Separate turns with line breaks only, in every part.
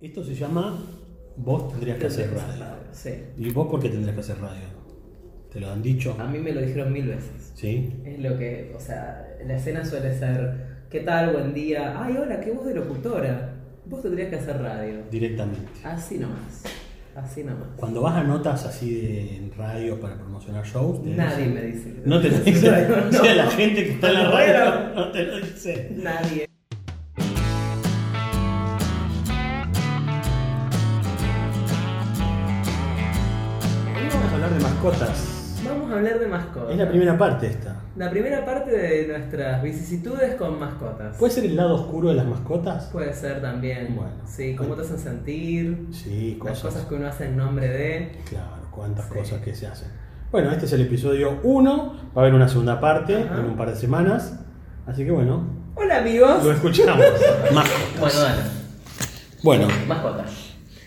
Esto se llama Vos tendrías que hacer radio.
Sí.
¿Y vos por qué tendrías que hacer radio? ¿Te lo han dicho?
A mí me lo dijeron mil veces.
¿Sí?
Es lo que, o sea, la escena suele ser, ¿qué tal? Buen día. Ay, hola, qué voz de locutora. Vos tendrías que hacer radio.
Directamente.
Así nomás. Así nomás.
Cuando vas a notas así de en radio para promocionar shows, te
Nadie
dicen-
me dice. que
No te lo
tengo que
dice.
hacer radio,
O sea,
no.
la gente que está en la radio no te lo dice.
Nadie.
Hoy vamos a hablar de mascotas.
Vamos a hablar de mascotas.
Es la primera parte esta.
La primera parte de nuestras vicisitudes con mascotas.
¿Puede ser el lado oscuro de las mascotas?
Puede ser también.
Pues- Bueno.
Sí, cómo te hacen sentir.
Sí,
Las
cosas.
cosas que uno hace en nombre de.
Claro, cuántas
Sí.
cosas que se hacen. Bueno, este es el episodio 1. Va a haber una segunda parte
Ajá.
en un par de semanas. Así que bueno,
Hola amigos.
lo escuchamos.
Bueno,
mascotas.
dale.
Bueno,
Mascotas.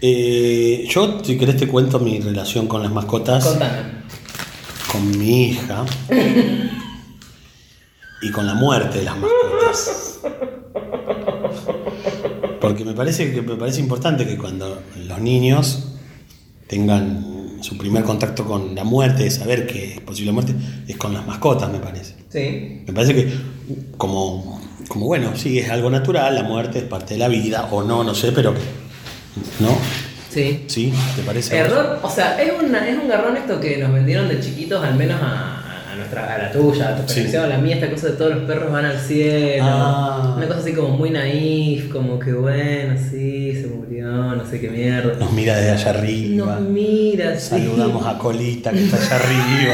eh, yo si querés te cuento mi relación con las mascotas.
Contame.
con mi hija y con la muerte de las mascotas. Porque me parece, que- me parece importante que cuando los niños tengan su primer contacto con la muerte, de saber que es posible muerte, es con las mascotas, me parece.
Sí.
Me parece que como, como bueno, sí, es algo natural, la muerte es parte de la vida, o no, no sé, pero ¿no?
Sí.
¿Sí? ¿Te parece? a vos?
Error, o sea, es, una, es un garrón esto que nos vendieron de chiquitos, al menos a, a nuestra, a la tuya, a tu
Sí.
generación, a la mía, esta cosa de todos los perros van al cielo.
Ah.
Una cosa así como muy naif, como que bueno, sí, se murió, no sé qué mierda.
Nos mira desde allá arriba.
Nos mira, sí.
Saludamos a Colita que está allá arriba.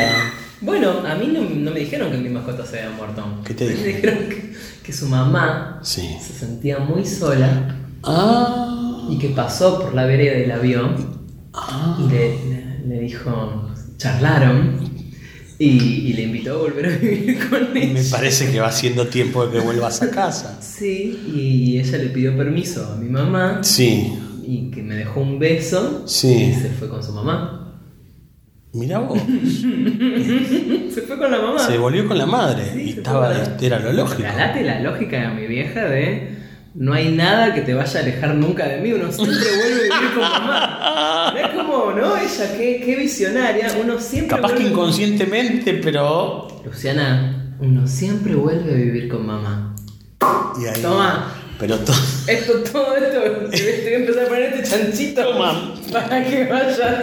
Bueno, a mí no, no me dijeron que mi mascota se había muerto.
¿Qué te
Me
dijeron?
dijeron que, que su mamá
Sí.
se sentía muy sola
Ah.
y que pasó por la vereda del avión Y le, le- le dijo, charlaron y, y le invitó a volver a vivir con
Me
ella.
parece que va siendo tiempo de que vuelvas a casa.
Sí, y ella le pidió permiso a mi mamá
Sí,
y que me dejó un beso y
sí.
se fue con su mamá.
Mira vos.
Se fue con la mamá.
Se volvió con la madre.
Sí,
y
se
estaba,
fue con la-
era lo lógico.
Calate la lógica de mi vieja de no hay nada que te vaya a alejar nunca de mí, uno siempre vuelve a vivir con mamá. No es como, ¿no? Ella, qué, qué visionaria, uno siempre
Capaz que
vuelve-
inconscientemente, pero.
Luciana, uno siempre vuelve a vivir con mamá.
Y ahí-
Toma.
Pero to-
Esto, todo esto, te voy- te voy a empezar a poner este chanchito
Toma.
para que vayas.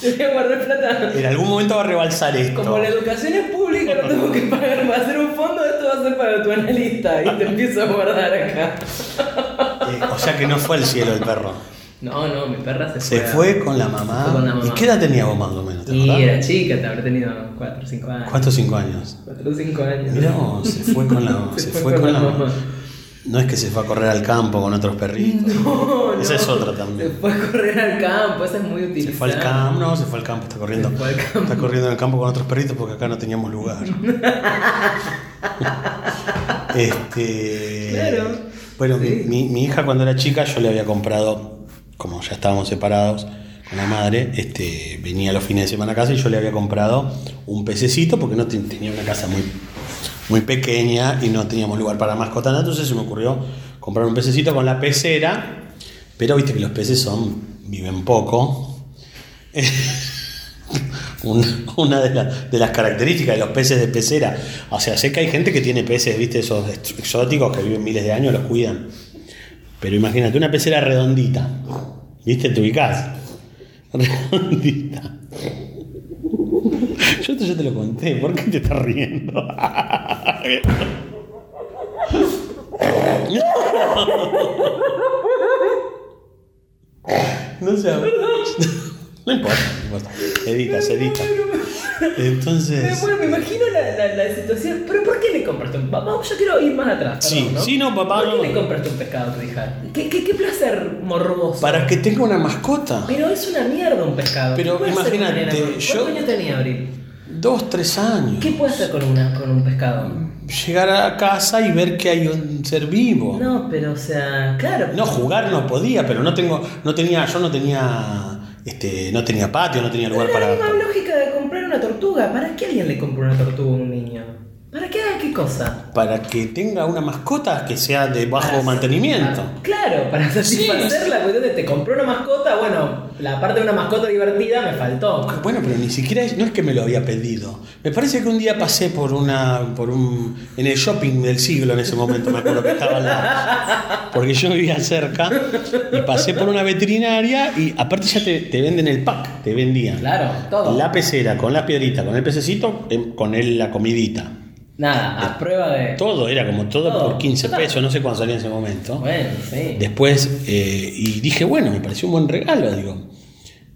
Te voy a guardar plata.
en algún momento va a rebalsar esto.
Como la educación es pública, no tengo que pagar. Va a ser un fondo, esto va a ser para tu analista. Y te empiezo a guardar acá.
Eh, o sea que no fue al cielo el perro.
No, no, mi perra se fue.
Se
a-
fue con la mamá.
Se fue con la mamá.
¿Y qué edad tenía vos más o menos? ¿Te
Y
acordás?
era chica, te habré tenido 4 o 5 años.
¿Cuántos cinco años?
4 o 5 años.
Mirá, vos, se fue con la, se fue con la
mamá.
No es que se fue a correr al campo con otros perritos.
No, no.
Esa es otra
Se
también.
fue a correr al campo, esa es muy útil.
Se fue al campo, no, se fue al campo, está corriendo.
Se fue al campo.
Está corriendo en el campo con otros perritos porque acá no teníamos lugar. este.
Claro.
Bueno, mi-
Sí.
mi, mi hija cuando era chica yo le había comprado, como ya estábamos separados con la madre, este, venía los fines de semana a casa y yo le había comprado un pececito porque no ten- tenía una casa muy, muy pequeña y no teníamos lugar para mascotas. Entonces se me ocurrió comprar un pececito con la pecera, pero viste que los peces son viven poco. Un- Una de, la- de las características de los peces de pecera. O sea, sé que hay gente que tiene peces, viste, esos ex- exóticos que viven miles de años, los cuidan. Pero imagínate, una pecera redondita. ¿Viste? Te ubicás. Redondita. Yo esto ya te lo conté, ¿por qué te estás riendo? No sé. No importa, no importa. Edita, se edita.
Me,
Entonces.
bueno, me imagino la, la- la situación. ¿Pero por qué le compraste un papá? Yo quiero ir más atrás.
Sí,
perdón,
sí, no, papá,
¿Por
no.
qué le compraste un pescado a tu hija? ¿Qué, qué, qué placer morboso.
Para que tenga una mascota.
Pero es una mierda un pescado.
Pero
¿Qué puede hacer una
imagínate,
nena con-
yo-
¿Cuántos años tenía Abril?
Dos, tres años.
¿Qué puede hacer con, una, con un pescado?
Llegar a casa y ver que hay un ser vivo.
No, pero o sea, claro.
No, jugar no podía, pero no tengo, no tenía, yo no tenía, este, no tenía patio, no tenía
Pero
lugar
es la
para.
misma lógica de comprar una tortuga. ¿Para qué alguien le compra una tortuga a un niño? ¿Para qué, qué cosa?
para que tenga una mascota que sea de bajo
Para-
mantenimiento.
para- Ah, Claro, para satisfacer la cuestión de te compré una mascota, bueno, la parte de una mascota divertida me faltó.
Bueno, pero ni siquiera es- no es que me lo había pedido. Me parece que un día pasé por una por un en el shopping del siglo en ese momento, me acuerdo que estaba la- porque yo vivía cerca y pasé por una veterinaria y aparte ya te, te venden el pack, te vendían
Claro, todo.
la pecera con la piedrita, con el pececito, em, con el, la comidita.
Nada, a prueba de.
Todo era como todo,
Todo.
por 15
Total.
pesos, no sé cuánto salía en ese momento.
Bueno, sí.
Después, eh, y dije, bueno, me pareció un buen regalo, digo.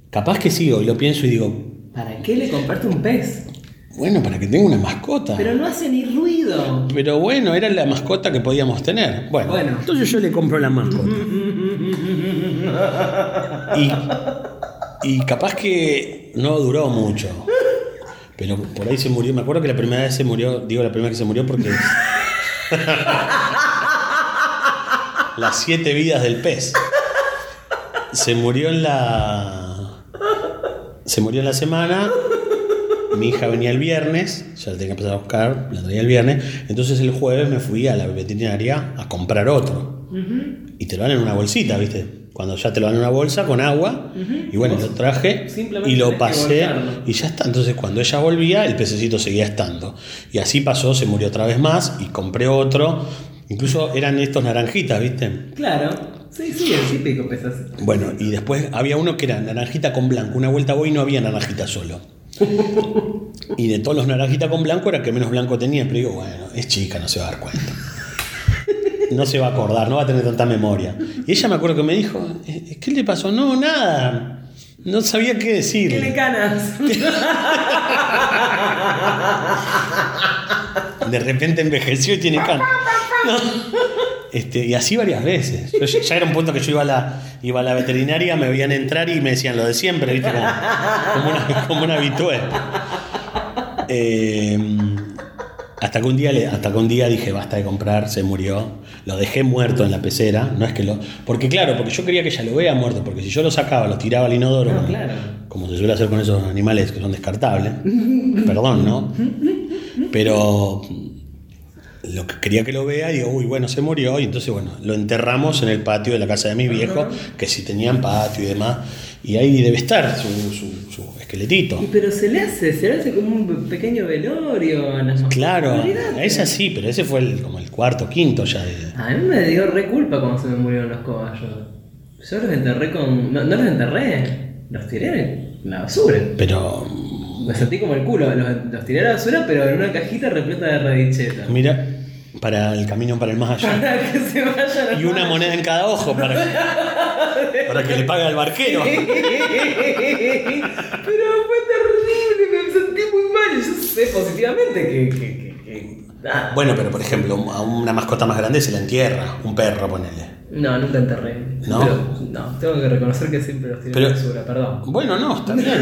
Capaz que sí, hoy lo pienso y digo,
¿Para qué le compraste un pez?
bueno, para que tenga una mascota.
Pero
Pero,
no hace ni ruido.
bueno, era la mascota que podíamos tener. Bueno,
Bueno.
entonces yo le compro la mascota. y, y capaz que no duró mucho. Pero por ahí se murió. Me acuerdo que la primera vez se murió, digo la primera vez que se murió porque. Las siete vidas del pez. Se murió en la. Se murió en la semana. Mi hija venía el viernes, ya la tenía que empezar a buscar, la traía el viernes. Entonces el jueves me fui a la veterinaria a comprar otro. Y te lo dan en una bolsita, ¿viste? Cuando ya te lo dan en una bolsa con agua. Y bueno, lo traje
simplemente
y lo
tenés que
pasé.
volcarlo.
Y ya está. Entonces cuando ella volvía, el pececito seguía estando. Y así pasó, se murió otra vez más y compré otro. Incluso eran estos naranjitas, ¿viste?
Claro. Sí, sí, el típico pez así.
Bueno, y después había uno que era naranjita con blanco. Una vuelta voy y no había naranjita solo. Y de todos los naranjita con blanco era el que menos blanco tenía. Pero digo, bueno, es chica, no se va a dar cuenta. No se va a acordar, no va a tener tanta memoria. Y ella me acuerdo que me dijo, "Eh, ¿qué le pasó? No, nada. No sabía qué
¿Qué le
decirle.
canas?
De repente envejeció y tiene cana. No. Este, y así varias veces. Yo ya ya era un punto que yo iba a la, iba a la veterinaria, me veían entrar y me decían lo de siempre, ¿viste? Como, como una, como una habitué. Eh, hasta que un día le- hasta que un día dije basta de comprar, se murió, lo dejé muerto en la pecera, no es que lo. Porque claro, porque yo quería que ella lo vea muerto, porque si yo lo sacaba, lo tiraba al inodoro,
No,
como-
claro.
como se suele hacer con esos animales que son descartables, perdón, ¿no? Pero lo que quería que lo vea, digo, uy, bueno, se murió, y entonces, bueno, lo enterramos en el patio de la casa de mis viejos, que si tenían patio y demás, y ahí debe estar su, su- su esqueletito.
Y pero se le hace, se le hace como un pequeño velorio a las mascotas.
Claro,
Olvídate.
es así, pero ese fue el- como el cuarto, quinto ya. de-
A mí me dio re culpa cuando se me murieron los cobayos. Yo los enterré con. No, no los enterré, los tiré en la basura.
Pero,
Me sentí como el culo, los, los tiré a la basura, pero en una cajita repleta de radicheta.
mira, para el camino para el más allá.
Para que se vayan
Y una
a-
moneda en cada ojo para, para que le pague al barquero.
Pero fue terrible, me sentí muy mal. Yo sé positivamente que. que, que, que- ah. nada.
Bueno, pero por ejemplo, a una mascota más grande se la entierra, un perro, ponele.
No, nunca enterré.
¿No?
Pero, no, tengo que reconocer que siempre los tiré a la
Pero-
basura, perdón.
Bueno, no, está bien.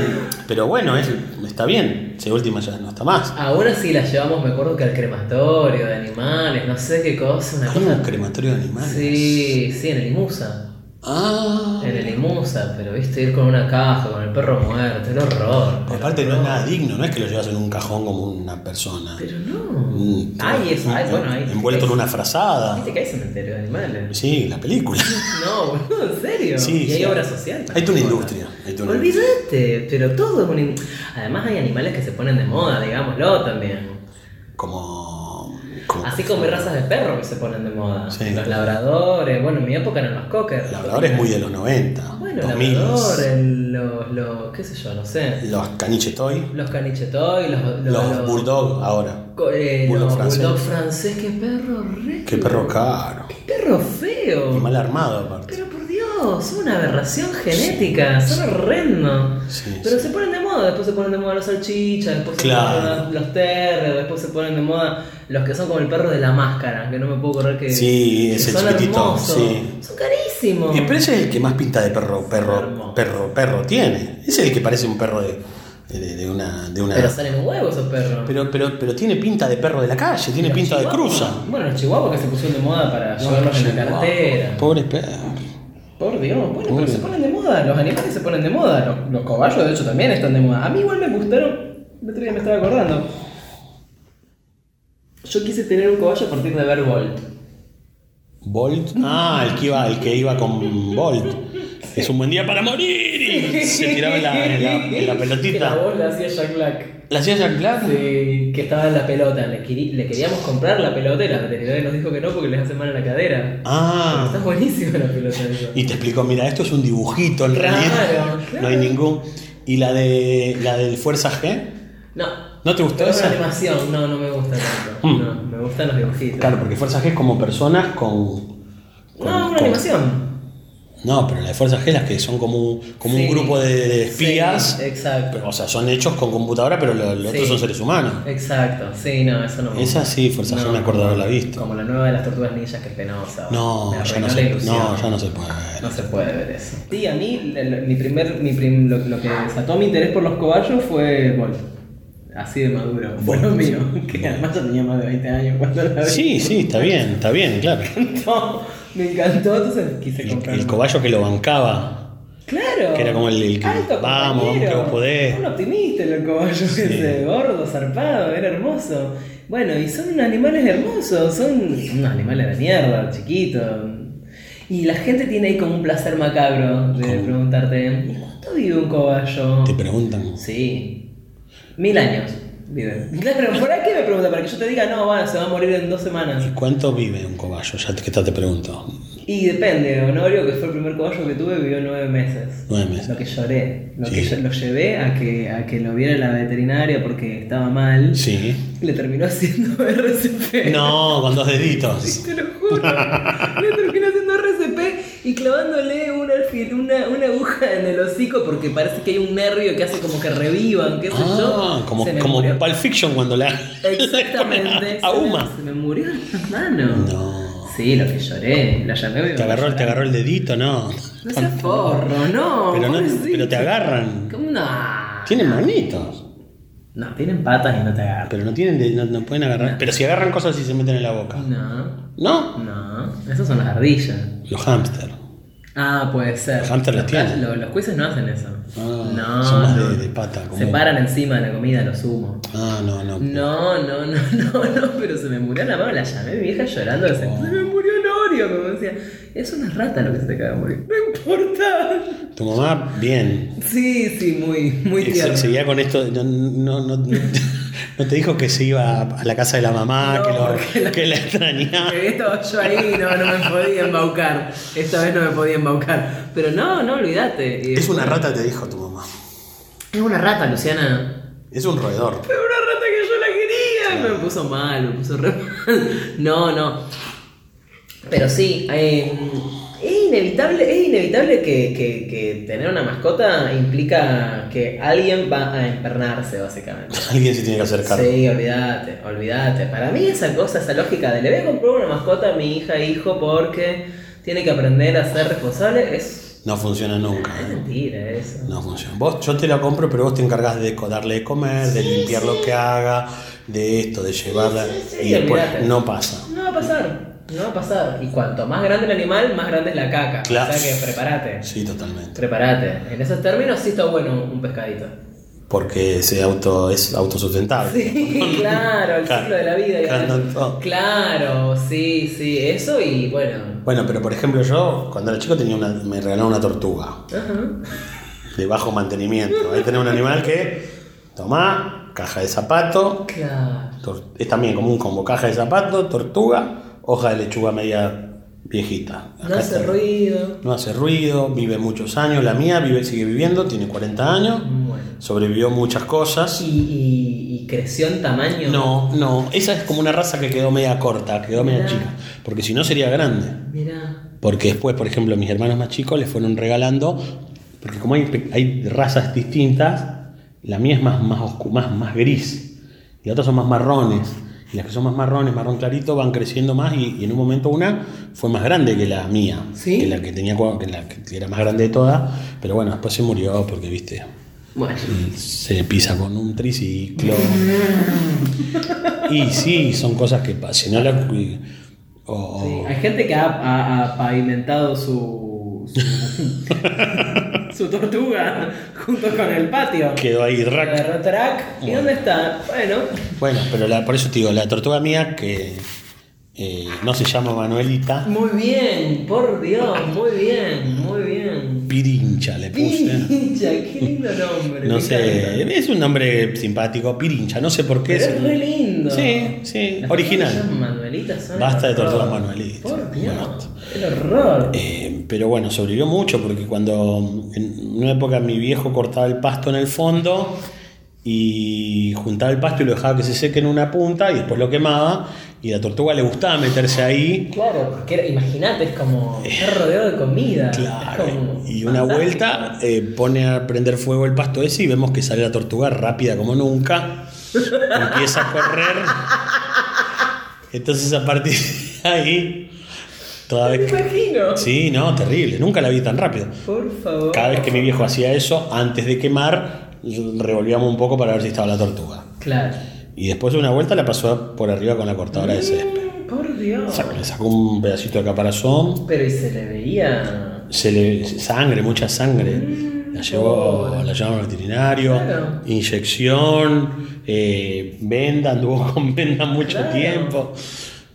Pero bueno, es- está bien. Si última ya no está más.
Ahora sí las llevamos, me acuerdo que al crematorio de animales, no sé qué cosa, una
Hay un
cosa.
crematorio de animales.
Sí, sí, en el Imusa.
Ah.
En el Imusa, pero viste, ir con una caja, con el perro muerto, el horror. el
Aparte no es
horror.
nada digno, no es que lo llevas en un cajón como una persona.
Pero
Mm,
no. Ay, es, ay, bueno, ahí.
Envuelto en una frazada.
Viste que hay cementerio de animales.
Sí, la película.
No, boludo, en serio.
Sí,
y hay
sí.
obra social.
Hay toda una
también.
industria. Hay toda una
Olvídate, pero todo es un. in- Además, hay animales que se ponen de moda, digámoslo también.
Como. como
Así como hay razas de perro que se ponen de moda.
Sí.
Los labradores, bueno, en mi época eran los cocker.
El labrador es muy de los 90.
Ah, Bueno,
2000.
labrador, el- los, los. qué sé yo, no sé.
Los caniche toy.
Los canichetoy, los. Los,
Los
los-
bulldog ahora.
co- eh,
bulldog
los
francés.
bulldog francés, qué perro horrible.
Qué perro caro.
Qué perro feo.
Y mal armado aparte.
Pero por Dios, son una aberración genética, son horrendo.
Sí,
Pero
sí.
se ponen de moda, después se ponen de moda los salchichas, después
Claro.
se ponen de moda los terres, después se ponen de moda los que son como el perro de la máscara, que no me puedo correr que.
Sí,
que
ese
son
chiquitito,
hermosos.
sí.
Son carísimos.
Y pero ese es el que más pinta de perro, perro,
Hermoso.
perro, perro tiene. Ese es el que parece un perro de, de- de una. De una
Pero salen un huevo esos perros.
pero, pero, pero tiene pinta de perro de la calle, tiene
Los
pinta de
chihuahuas.
cruza.
Bueno, los chihuahuas que se pusieron de moda para llevarlos en la cartera.
Pobre perro.
Por Dios, bueno,
Pobre.
pero se ponen de moda, los animales se ponen de moda, los, los cobayos de hecho también están de moda. A mí igual me gustaron, el otro día me estaba acordando. Yo quise tener un caballo a partir de ver Bolt.
Bolt. Ah, el que iba, el que iba con Bolt. Es un buen día para morir. Y se tiraba en la, en la- en la
Que la
pelotita.
voz la hacía Jack Black.
¿La hacía Jack Black?
Sí, que estaba en la pelota. Le, quiri- le queríamos comprar la pelota y la veterinaria nos dijo que no porque les hace mal a la cadera. Está
Ah.
buenísima la pelota esa.
Y te explico, mira, esto es un dibujito en
Claro,
realidad.
claro.
No hay ningún. ¿Y la de la del Fuerza G?
No.
¿No te gustó
Pero es una
esa?
animación, no, no me gusta tanto.
Mm.
No, me gustan los dibujitos.
Claro, porque Fuerza G es como personas con. con-
No, una
con-
animación.
No, pero la de Fuerza G es las que son como, como
Sí.
un grupo de, de espías.
Sí, exacto.
Pero, o sea, son hechos con computadora, pero los
Sí.
otros son seres humanos.
Exacto, sí, no, eso no me
Esa sí, Fuerza G me acuerdo haberla visto.
Como la nueva de las tortugas ninjas que es penosa.
No,
Me
ya
arruinó
no,
la
se,
ilusión.
no, ya no se puede ver.
No se puede ver eso. Sí, a mí el- el- mi primer, mi prim- lo, lo que desató mi interés por los cobayos fue Bolt. Así de maduro. Fue lo mío. Que además yo tenía más de 20 años cuando la vi.
Sí, sí, está bien, está bien, claro.
No, me encantó, entonces quise
El,
comprar.
el cobayo que lo bancaba.
Claro.
que era como el- el que,
Alto
"Vamos, vamos, que
compañero".
vos podés.
Un optimista el cobayo ese, gordo, zarpado, era hermoso. Bueno, y son animales hermosos, son unos animales de mierda, chiquitos. Y la gente tiene ahí como un placer macabro de
¿Cómo?
preguntarte, ¿y cuánto vive un cobayo?
Te preguntan.
Sí. Mil años vive. Claro, ¿por qué me pregunta? Para que yo te diga, no, va, se va a morir en dos semanas.
¿Y cuánto vive un cobayo? Ya que te pregunto.
Y depende, Honorio, que fue el primer caballo que tuve, vivió nueve meses.
Nueve meses.
Lo que lloré, lo
Sí.
que yo- lo llevé a que, a que lo viera la veterinaria porque estaba mal.
Sí.
Le terminó haciendo RCP.
No, con dos deditos.
Te lo juro. Le terminó haciendo RCP y clavándole una, alfil- una, una aguja en el hocico porque parece que hay un nervio que hace como que revivan, qué sé
Ah,
yo.
como,
Se me
como
murió.
Pulp Fiction cuando la.
Exactamente.
A
Auma.
Uma.
Se me murió en las manos.
No.
Sí, lo que lloré. La llamé. me
Te agarró, te agarró el dedito, no.
No seas forro, no.
Pero, no,
pobrecito.
pero te agarran.
¿Cómo no?
Tienen manitos.
No, tienen patas y no te agarran.
Pero no tienen, de- no, no pueden agarrar. Pero si agarran cosas y se meten en la boca.
No,
¿No?
no. Esas son las ardillas.
Los hámster.
Ah, puede ser.
Los hamsters las tienen.
Los, los jueces no hacen eso.
Ah,
no.
son más
no.
de- de pata, como-
Se paran encima de la comida, lo sumo.
Ah, no, no.
No, no, no, no, no, pero se me murió la mano, la llamé mi vieja llorando, decía,
Oh.
se me murió Norio, me decía, es una rata lo que se te acaba de morir, no importa.
Tu mamá, bien.
Sí, sí, muy, muy
Eh, se-
tierno.
Seguía con esto. No, no, no, no te dijo que se iba a la casa de la mamá,
No,
que, lo-
porque la-
que la extrañaba.
Eh, Estaba yo ahí, no, no me podía embaucar. Esta vez no me podía embaucar. Pero no, no olvídate. Y
Es
después-
una rata, te dijo tu mamá.
Es una rata, Luciana.
Es un roedor.
Es una rata que yo la quería. Me puso mal, me puso re mal. No, no. Pero sí, eh, es inevitable, es inevitable que, que- que tener una mascota implica que alguien va a empernarse, básicamente.
Alguien se tiene que hacer cargo.
Sí, olvídate, olvídate. Para mí esa cosa, esa lógica de le voy a comprar una mascota a mi hija e hijo porque tiene que aprender a ser responsable es,
No funciona nunca.
es
¿eh?
mentira eso.
No funciona. Vos, yo te la compro, pero vos te encargás de co- darle de comer, de limpiar lo que haga, de esto, de llevarla.
sí, sí,
y después
olvídate.
no pasa.
No va a pasar, no va a pasar. Y cuanto más grande el animal, más grande es la caca.
Claro.
O sea que prepárate,
Sí, totalmente.
prepárate. En esos términos sí está bueno un pescadito.
Porque se auto, es autosustentable.
Sí, claro, el
Ca-
ciclo de la vida. y
cada
demás.
tanto.
Claro, sí, sí, eso y bueno.
Bueno, pero por ejemplo yo, cuando era chico, tenía una, me regalaron una tortuga
Ajá.
de bajo mantenimiento. Ahí tenés un animal que tomá, caja de zapato,
Claro.
tor- es también común como caja de zapato, tortuga, hoja de lechuga media viejita.
No
Acá
hace
está.
ruido.
No hace ruido, vive muchos años. La mía vive, sigue viviendo, tiene 40 años,
Bueno.
sobrevivió muchas
¿Y,
cosas.
y- y creció en tamaño?
No, no, esa es como una raza que quedó media corta, quedó media
Mirá.
chica, porque si no sería grande.
Mirá.
Porque después, por ejemplo, mis hermanos más chicos les fueron regalando, porque como hay, pe- hay razas distintas, la mía es más, más, oscu- más, más gris, y las otras son más marrones. Y las que son más marrones, marrón clarito, van creciendo más y, y en un momento una fue más grande que la mía,
¿Sí?
que la que tenía cua- que la que era más grande de todas, pero bueno, después se murió porque, viste,
Bueno.
se pisa con un triciclo. y sí, son cosas que pasan. Si no la cu- o- o-
Oh. Sí, Hay gente que ha, ha- ha pavimentado su. su, su tortuga junto con el patio.
Quedó ahí rack.
Agarró track. ¿Y
Bueno.
dónde está? Bueno,
Bueno, pero la- por eso te digo, la tortuga mía que eh, no se llama Manuelita,
muy bien, por Dios, muy bien, muy bien.
Pirincha le puse.
Pincha, qué lindo nombre.
No
me
sé,
encanta.
es un nombre simpático, Pirincha, no sé por qué.
Pero
es
es
un-
re lindo.
Sí, sí,
Las
original.
tortugas Manuelitas son
Basta de
el horror.
tortugas manuelitas.
Por Dios.
Basta.
El horror.
Eh, pero bueno, sobrevivió mucho porque cuando en una época mi viejo cortaba el pasto en el fondo y juntaba el pasto y lo dejaba que se seque en una punta y después lo quemaba y la tortuga le gustaba meterse ahí.
Claro, porque era- imagínate, es como estar rodeado de comida.
Eh, Claro. eh,
Es como
Y una
fantástico.
vuelta eh, pone a prender fuego el pasto ese y vemos que sale la tortuga rápida como nunca. Empieza a correr. Entonces a partir de ahí, toda
Me
vez que...
imagino.
Sí, no, terrible. Nunca la vi tan rápido.
Por favor.
Cada vez que mi viejo hacía eso, antes de quemar, revolvíamos un poco para ver si estaba la tortuga.
Claro.
Y después de una vuelta la pasó por arriba con la cortadora de césped.
Mm, Por Dios.
Sa- Le sacó un pedacito de caparazón,
Pero y se le veía.
se le sangre, mucha sangre. La llevó, la llevaron al veterinario,
Mm. Claro.
inyección, eh, venda, anduvo con venda mucho
Claro.
tiempo.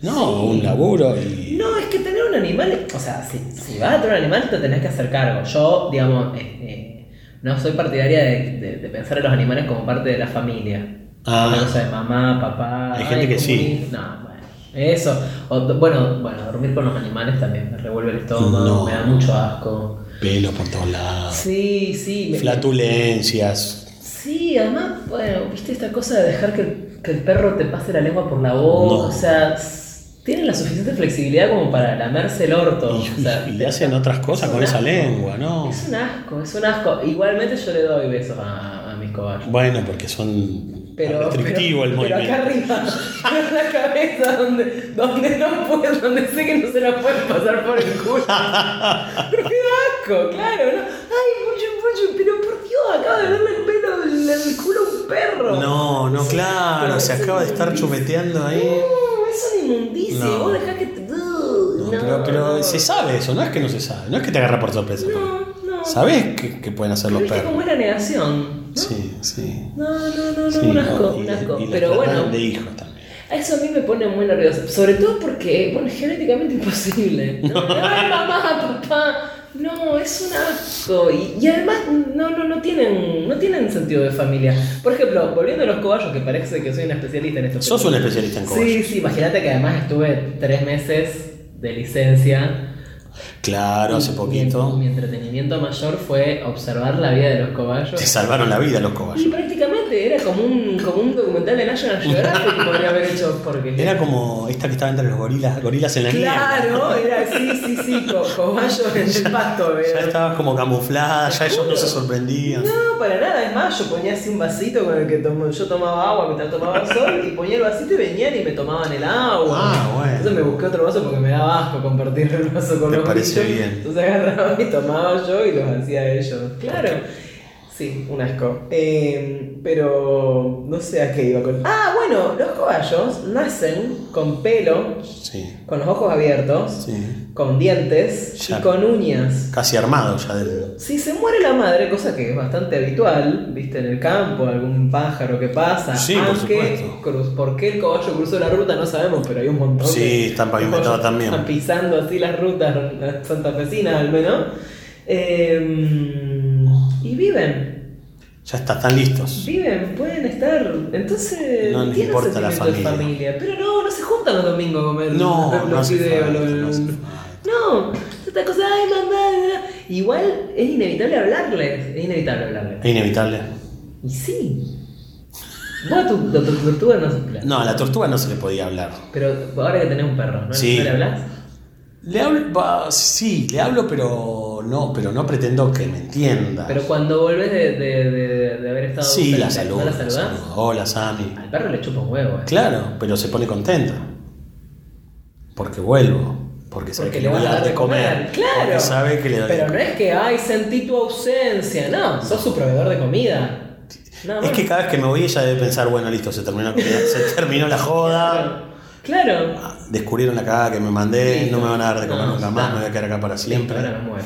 No, un laburo y
No, es que tener un animal. O sea, si, si vas a tener un animal, te tenés que hacer cargo. Yo, digamos, eh, eh, no soy partidaria de, de- de pensar a los animales como parte de la familia.
Ah.
Una cosa de mamá, papá.
Hay gente que
como
sí.
un- No, bueno. Eso. O do- bueno, bueno, dormir con los animales también me revuelve el estómago,
No. Ah.
me da mucho asco.
pelo por todos lados,
Sí, sí. me-
flatulencias.
Sí, además, bueno, viste esta cosa de dejar que el, que el perro te pase la lengua por la boca,
No.
o sea, s- tienen la suficiente flexibilidad como para lamerse el orto.
Y,
o sea,
y
te-
le hacen otras cosas
es
con
un
esa
asco.
lengua, ¿no?
Es un asco, es un asco. Igualmente yo le doy besos a, a mis cobayos.
Bueno, porque son
Pero,
restrictivo
pero-
el
pero
movimiento.
acá arriba, en la cabeza, donde, donde no puedo, donde sé que no se la pueden pasar por el culo. pero qué asco, claro, ¿no? Ay, mucho, mucho, pero por Dios, acaba de verle el pelo, el, el culo a un perro.
No, no, claro,
pero
se
es
acaba de estar
inmundicia.
chumeteando ahí.
No, Uh, es una inmundicia.
No.
Vos dejás que te. uh,
No,
No,
pero, pero se sabe eso, no es que no se sabe, no es que te agarra por sorpresa.
No, no.
Sabés que, que pueden hacer
Pero
los
viste
perros.
cómo es la negación. ¿no?
Sí, sí.
No, no, no, no,
sí,
un asco,
y-
un asco.
y las
pero
tratan
bueno,
de hijos también.
eso a mí me pone muy nerviosa. Sobre todo porque, bueno, es genéticamente imposible. No, Ay, mamá, papá. No, es un asco. Y, y además, no, no, no tienen, no tienen sentido de familia. Por ejemplo, volviendo a los cobayos, que parece que soy una especialista en estos
Sos un especialista en cobayos.
Sí, sí, imagínate que además estuve tres meses de licencia.
Claro, hace
Mi, mi
poquito.
entretenimiento mayor fue observar la vida de los cobayos.
Te salvaron la vida los
Y
cobayos.
prácticamente era como un, como un documental de National Geographic que podría haber hecho porque...
Era como esta que estaba entre los gorilas, gorilas en la nieve.
Claro, era sí, sí, sí, co- cobayos en el pasto,
Ya
era.
estabas como camuflada, ya ellos no se sorprendían.
No, para nada, es más, yo ponía así un vasito con el que tomo- yo tomaba agua mientras tomaba el sol y ponía el vasito y venían y me tomaban el agua.
Ah, bueno.
Entonces me busqué otro vaso porque me daba asco compartir el vaso con
Me
los
parece
bichos.
bien.
Entonces agarraba y tomaba yo y los hacía a ellos. Claro. Sí, un asco. Eh, pero no sé a qué iba con. Ah, bueno, los cobayos nacen con pelo,
Sí,
con los ojos abiertos,
sí.
con dientes
Ya.
y con uñas.
Casi armado ya del.
Si se muere la madre, cosa que es bastante habitual, viste, en el campo, algún pájaro que pasa,
Sí, por
aunque
supuesto.
cruz- por qué el caballo cruzó la ruta no sabemos, pero hay un montón
Sí,
de
están pavimentados
caballos
también.
Están pisando así las rutas las santafesinas al menos. Eh, y viven,
Ya está, están listos.
viven, pueden estar. Entonces,
No les
tienen
importa la
sentimiento de
familia.
Pero no, no se juntan los domingos a comer
No,
los
no hace
fideos,
falta,
los-
no hace falta.
no, esta cosa, ay mamá, mamá. igual es inevitable hablarles, es inevitable hablarles.
Es inevitable.
Y sí. Vos a tu, a tu tortuga no se hablas.
No, a la tortuga no se le podía hablar.
Pero ahora que tenés un perro, ¿no,
Sí.
¿No le hablas?
Le hablo, va, sí, le hablo, pero no, pero no pretendo que me entienda.
Pero cuando volvés de, de- de- de haber estado
Ah. sí,
ausente,
la
¿no
saludo.
la
la
saludás?
saludo. Hola, Sammy.
Al perro le chupa un huevo. eh.
Claro, pero se pone contenta. Porque vuelvo. Porque sabe
Porque
que
le vas a dar de comer. Claro.
Porque sabe que le doy de
Pero no
comer.
es que, ay, sentí tu ausencia. No, sos su proveedor de comida. Nada
Es
más.
que cada vez que me voy ella debe pensar, bueno, listo, se terminó, se terminó la joda.
Claro.
Descubrieron la cagada que me mandé,
Listo.
no me van a dar de comer
No,
nunca más,
está.
me voy a quedar acá para
Ahora
siempre.
me muero.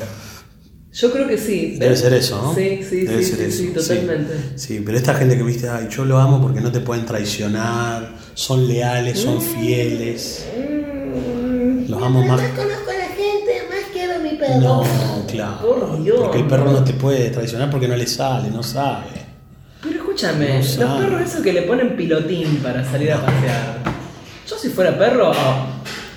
Yo creo que sí.
Debe ser eso, ¿no?
Sí, sí,
Debe
sí,
ser
sí,
eso,
sí, totalmente.
Sí, pero esta gente que viste, ay, yo lo amo porque no te pueden traicionar, son leales, son
Mm.
fieles. Los amo más.
Más conozco a la gente, más quiero a mi perro.
No, claro.
Por Dios.
Porque el perro no te puede traicionar porque no le sale, no sabe.
Pero escúchame,
No
los
sabe.
perros esos que le ponen pilotín para salir a pasear. Yo si fuera perro, ah,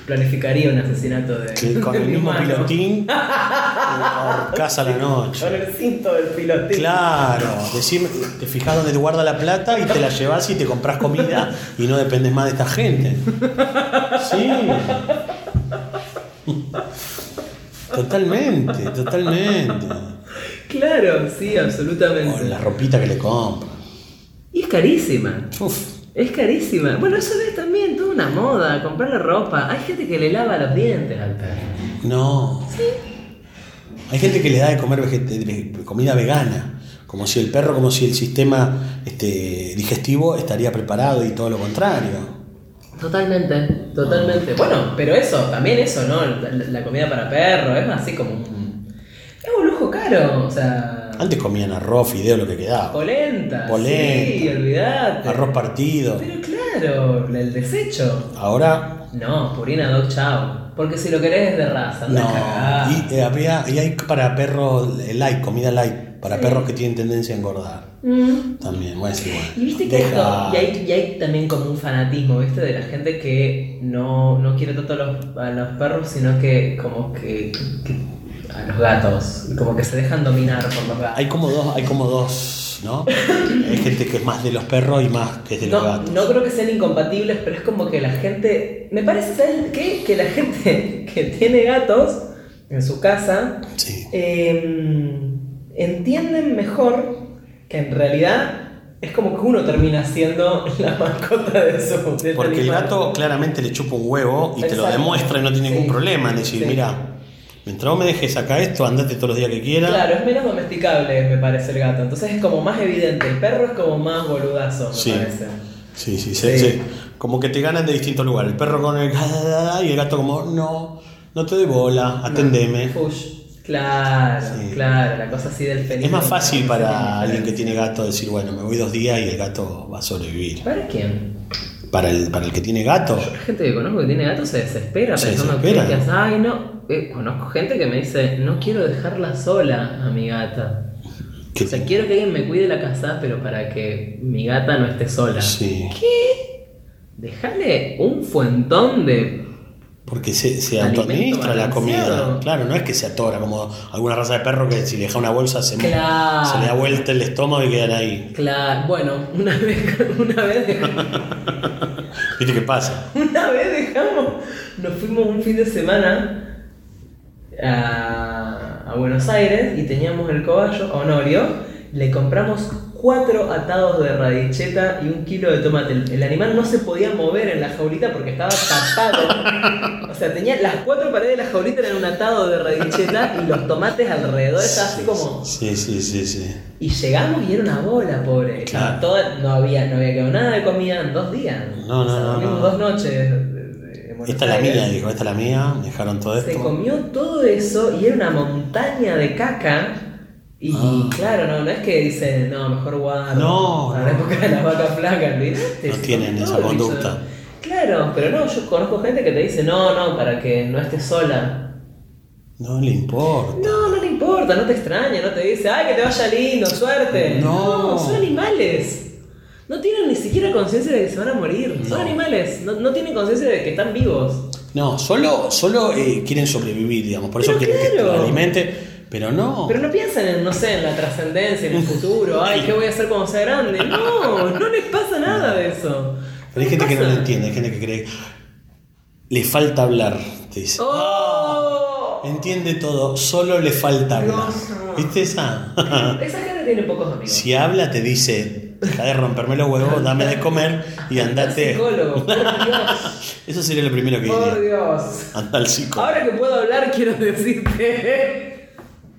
planificaría un asesinato de.
Que con
de
el
mi
mismo
mano.
pilotín casa a la noche.
Con el cinto del pilotín.
Claro, decime, te fijas dónde te guarda la plata y te la llevas y te compras comida y no dependes más de esta gente. Sí. Totalmente, totalmente.
Claro, sí,
O
absolutamente.
la ropita que le compran.
Y es carísima.
Uf,
Es carísima. Bueno, eso es también toda una moda, comprarle ropa. Hay gente que le lava los dientes al perro.
no. Hay gente que le da de comer vegeta- comida vegana. Como si el perro, como si el sistema este, digestivo estaría preparado y todo lo contrario.
Totalmente, totalmente. Bueno, pero eso, también eso, ¿no? La, la comida para perro, es así como un. Es un lujo caro, o sea.
Antes comían arroz, fideo, lo que quedaba.
Polenta.
Polenta.
Sí, olvidate.
Arroz partido.
Pero claro, el desecho.
Ahora,
No, Purina Dog Chao. Porque si lo querés es de raza, anda a cagar.
no. Y, eh, había, y hay para perros eh, light, comida light, para perros que tienen tendencia a engordar.
Mm.
También, bueno, es igual.
Y viste que
Deja-
esto- y hay, y hay también como un fanatismo, ¿viste? De la gente que no, no quiere tanto a los, a los perros, sino que como que, que- a los gatos. Como que se dejan dominar por los gatos.
hay como dos, hay como dos, ¿no? hay gente que es más de los perros y más que es de los
No,
gatos.
no creo que sean incompatibles, pero es como que la gente. Me parece, ¿sabes qué? Que la gente que tiene gatos en su casa
Sí.
eh, entienden mejor que en realidad es como que uno termina siendo la mascota de su. de este
Porque el
animal.
gato claramente le chupa un huevo y te lo
Exacto.
demuestra y no tiene ningún
Sí.
problema en decir,
Sí.
mira, mientras vos me dejes acá esto, andate todos los días que quieras.
Claro, es menos domesticable, me parece el gato. Entonces es como más evidente. El perro es como más boludazo, me
Sí.
parece.
Sí, sí, se-
Sí.
se- como que te ganan de distintos lugares. El perro con el y el gato como, no, no te doy bola, atendeme.
Fush. Claro,
Sí.
claro, la cosa así del feliz.
Es más fácil para alguien que tiene gato decir, bueno, me voy dos días y el gato va a sobrevivir.
¿Para quién?
Para el, para el que tiene gato,
La gente que conozco que tiene gatos se desespera
Se
pensando
desespera.
que que hace, ay no. Eh, conozco gente que me dice, no quiero dejarla sola a mi gata.
que
O sea, quiero que alguien me cuide la casa, pero para que mi gata no esté sola.
sí,
Dejale un fuentón de.
porque se, se
Alimento
autoadministra la comida.
balanceado.
Claro, no es que se atora como alguna raza de perro que si le deja una bolsa se,
Claro.
se le da vuelta el estómago y quedan ahí.
Claro, bueno, una vez, una vez dejamos,
¿Viste qué pasa?
una vez dejamos, nos fuimos un fin de semana a, a Buenos Aires y teníamos el cobayo, a Honorio, le compramos cuatro atados de radicheta y un kilo de tomate. El, el animal no se podía mover en la jaulita porque estaba tapado. O sea, tenía las cuatro paredes de la jaulita eran un atado de radicheta y los tomates alrededor estaban así como...
Sí, sí, sí, sí.
Y llegamos y era una bola, pobre.
Claro.
Y toda- no, había, no había quedado nada de comida en dos días.
No, no, no, no.
dormimos dos noches. en Buenos
Esta es la
Aires.
mía, ¿eh? dijo, esta es la mía, me dejaron todo
Se
esto.
comió todo eso y era una montaña de caca. Y
Ah.
claro, no, no es que dicen, no, mejor guardo.
No,
Para la
no.
época de las vacas flacas, ¿viste?
No
Se
tienen
comió
esa
todo el bicho.
conducta.
Claro, pero no, yo conozco gente que te dice, no, no, para que no estés sola.
No le importa.
No, no le importa, no te extraña, no te dice, ay, que te vaya lindo, suerte.
No.
son animales. No tienen ni siquiera conciencia de que se van a morir. Son animales, no, no tienen conciencia de que están vivos.
No, solo, solo eh, quieren sobrevivir, digamos. Por eso
Pero
quieren que te
claro.
lo alimente. Pero no.
Pero no piensan en, no sé, en la trascendencia, en el futuro, ay, ¿qué voy a hacer cuando sea grande? No, no les pasa nada de eso.
Pero hay gente que no lo
pasa.
entiende, hay gente que cree. Le falta hablar, te dice.
¡Oh!
Entiende todo, solo le falta hablar. ¿Viste esa?
Esa gente tiene pocos amigos.
si habla, te dice. Deja de romperme los huevos, dame de comer y andate.
Psicólogo, por Dios.
Eso sería lo primero que
Por
diría.
Dios.
Anda al psicólogo.
Ahora que puedo hablar, quiero decirte.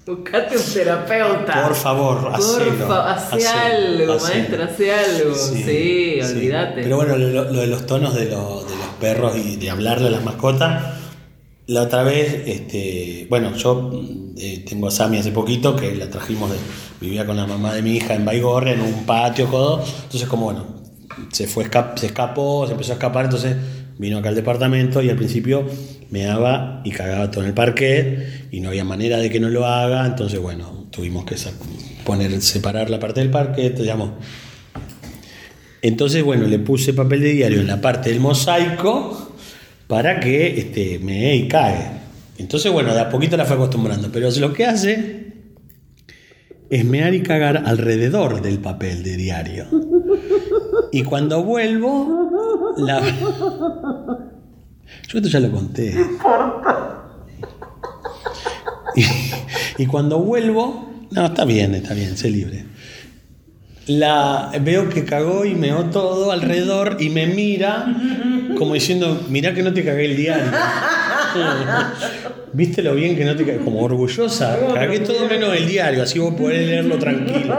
Buscate un terapeuta.
Por favor, hacelo,
Por fa- hace
hacelo,
algo,
hacelo.
maestra, hace algo. Sí,
sí.
olvídate.
Pero bueno, lo, lo de los tonos de, los- de los perros y de hablarle a las mascotas La otra vez, este, bueno, yo eh, tengo a Sami hace poquito, que la trajimos, de, vivía con la mamá de mi hija en Baigorre, en un patio, codo. Entonces, como bueno, se fue, esca- se escapó, se empezó a escapar, entonces vino acá al departamento y al principio me daba y cagaba todo en el parquet y no había manera de que no lo haga. Entonces, bueno, tuvimos que sa- poner, separar la parte del parquet, digamos. Entonces, bueno, le puse papel de diario en la parte del mosaico para que este, me y cague. Entonces, bueno, de a poquito la fue acostumbrando, pero lo que hace es mear y cagar alrededor del papel de diario. Y cuando vuelvo, la... Yo esto ya lo conté. Y, y cuando vuelvo, no, está bien, está bien, sé libre. La veo que cagó y meó todo alrededor y me mira como diciendo, mirá que no te cagué el diario. Viste lo bien que no te cagué, como orgullosa. Cagué todo menos el diario, así vos podés leerlo tranquilo.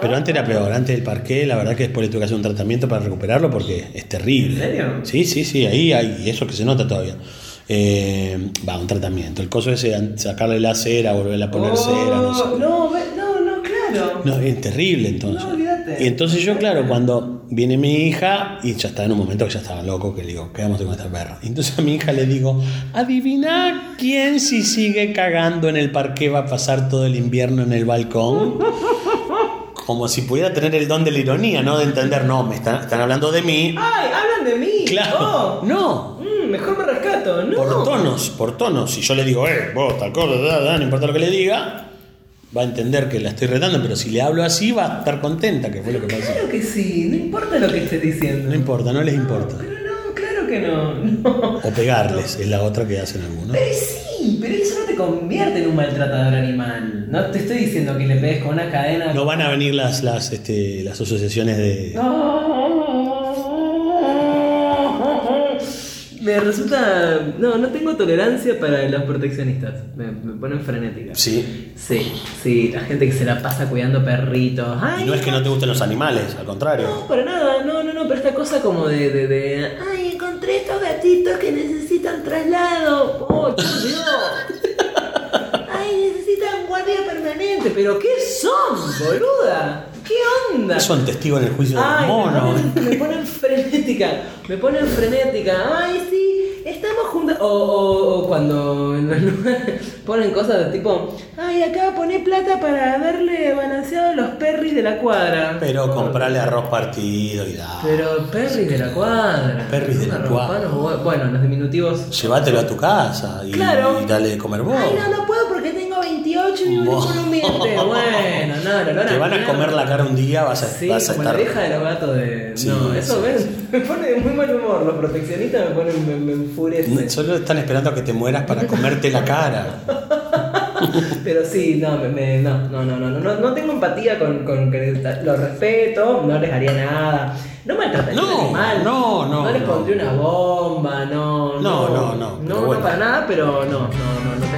Pero antes era peor, antes del parqué, la verdad que después le tuve que hacer un tratamiento para recuperarlo porque es terrible.
¿En serio?
Sí, sí, sí, ahí hay, y eso que se nota todavía. Eh, va, un tratamiento. El coso ese, an- sacarle la cera, volverle a poner cera, no sé.
Oh, no, ve- no, no, claro.
No, es terrible entonces.
No, olvídate.
y entonces yo, claro, cuando viene mi hija, y ya estaba en un momento que ya estaba loco, que le digo, quedamos con esta perra. Y entonces a mi hija le digo, adivina quién si sigue cagando en el parque va a pasar todo el invierno en el balcón. Como si pudiera tener el don de la ironía, ¿no? De entender, no, me están, están hablando de mí.
¡Ay, hablan de mí!
Claro.
Oh,
No.
mm, mejor me rescato, no.
Por tonos, por tonos. Si yo le digo, eh, vos, tal cosa, da, da", no importa lo que le diga, va a entender que la estoy retando, pero si le hablo así va a estar contenta, que fue lo que pasó.
Claro que sí, no importa lo que estés diciendo.
No importa, no les importa.
Pero no, claro que no. no.
O pegarles, es la otra que hacen algunos.
Pero sí, pero eso no te convierte en un maltratador animal. No te estoy diciendo que le pegues con una cadena.
No van a venir las, las, este, las asociaciones de...
No. Me resulta. No, no tengo tolerancia para los proteccionistas. Me, me ponen frenética.
Sí.
Sí, sí, la gente que se la pasa cuidando perritos. Ay,
Y no es que no te gusten los animales, al
No,
contrario.
para nada, no, no, no, pero esta cosa como de. de, de, Ay, encontré estos gatitos que necesitan traslado. ¡Oh, por Dios!
Ay, necesitan guardia permanente.
¿Pero qué son, boluda? ¿Qué onda?
Son testigos en el juicio de los
Ay,
monos.
me, ponen, me ponen frenética, me ponen frenética. Ay, sí, estamos juntas. O, o- o cuando en los lugares ponen cosas de tipo, ay, acá poné plata para darle balanceado a los perris de la cuadra.
Pero comprarle arroz partido y da.
Pero perris de la cuadra.
Perris de la
Bueno,
cuadra.
panos, Bueno, los diminutivos.
Llévatelo a tu casa y,
Claro.
y dale de comer vos.
Ay, no, no puedo porque tengo 28 y vivo en un
Vos.
monumiento.
Gente, bueno, no, no, no.
Te van a comer la cara un día, vas a,
Sí,
vas a
como la
estar.
oreja de los gatos de...
Sí,
no, eso
sí,
ves, me pone de muy mal humor. Los proteccionistas me ponen, me, me enfurecen.
Solo están esperando a que te mueras para comerte la cara.
Pero sí, no, me, me- no, no, no, no, no, no, no tengo empatía con, con que los respeto, no les haría nada, no maltrataría
No,
al animal,
no, no,
no les
no.
pondría una bomba, no,
No, no,
no,
no, pero
no,
bueno.
para nada, pero no, no, no, no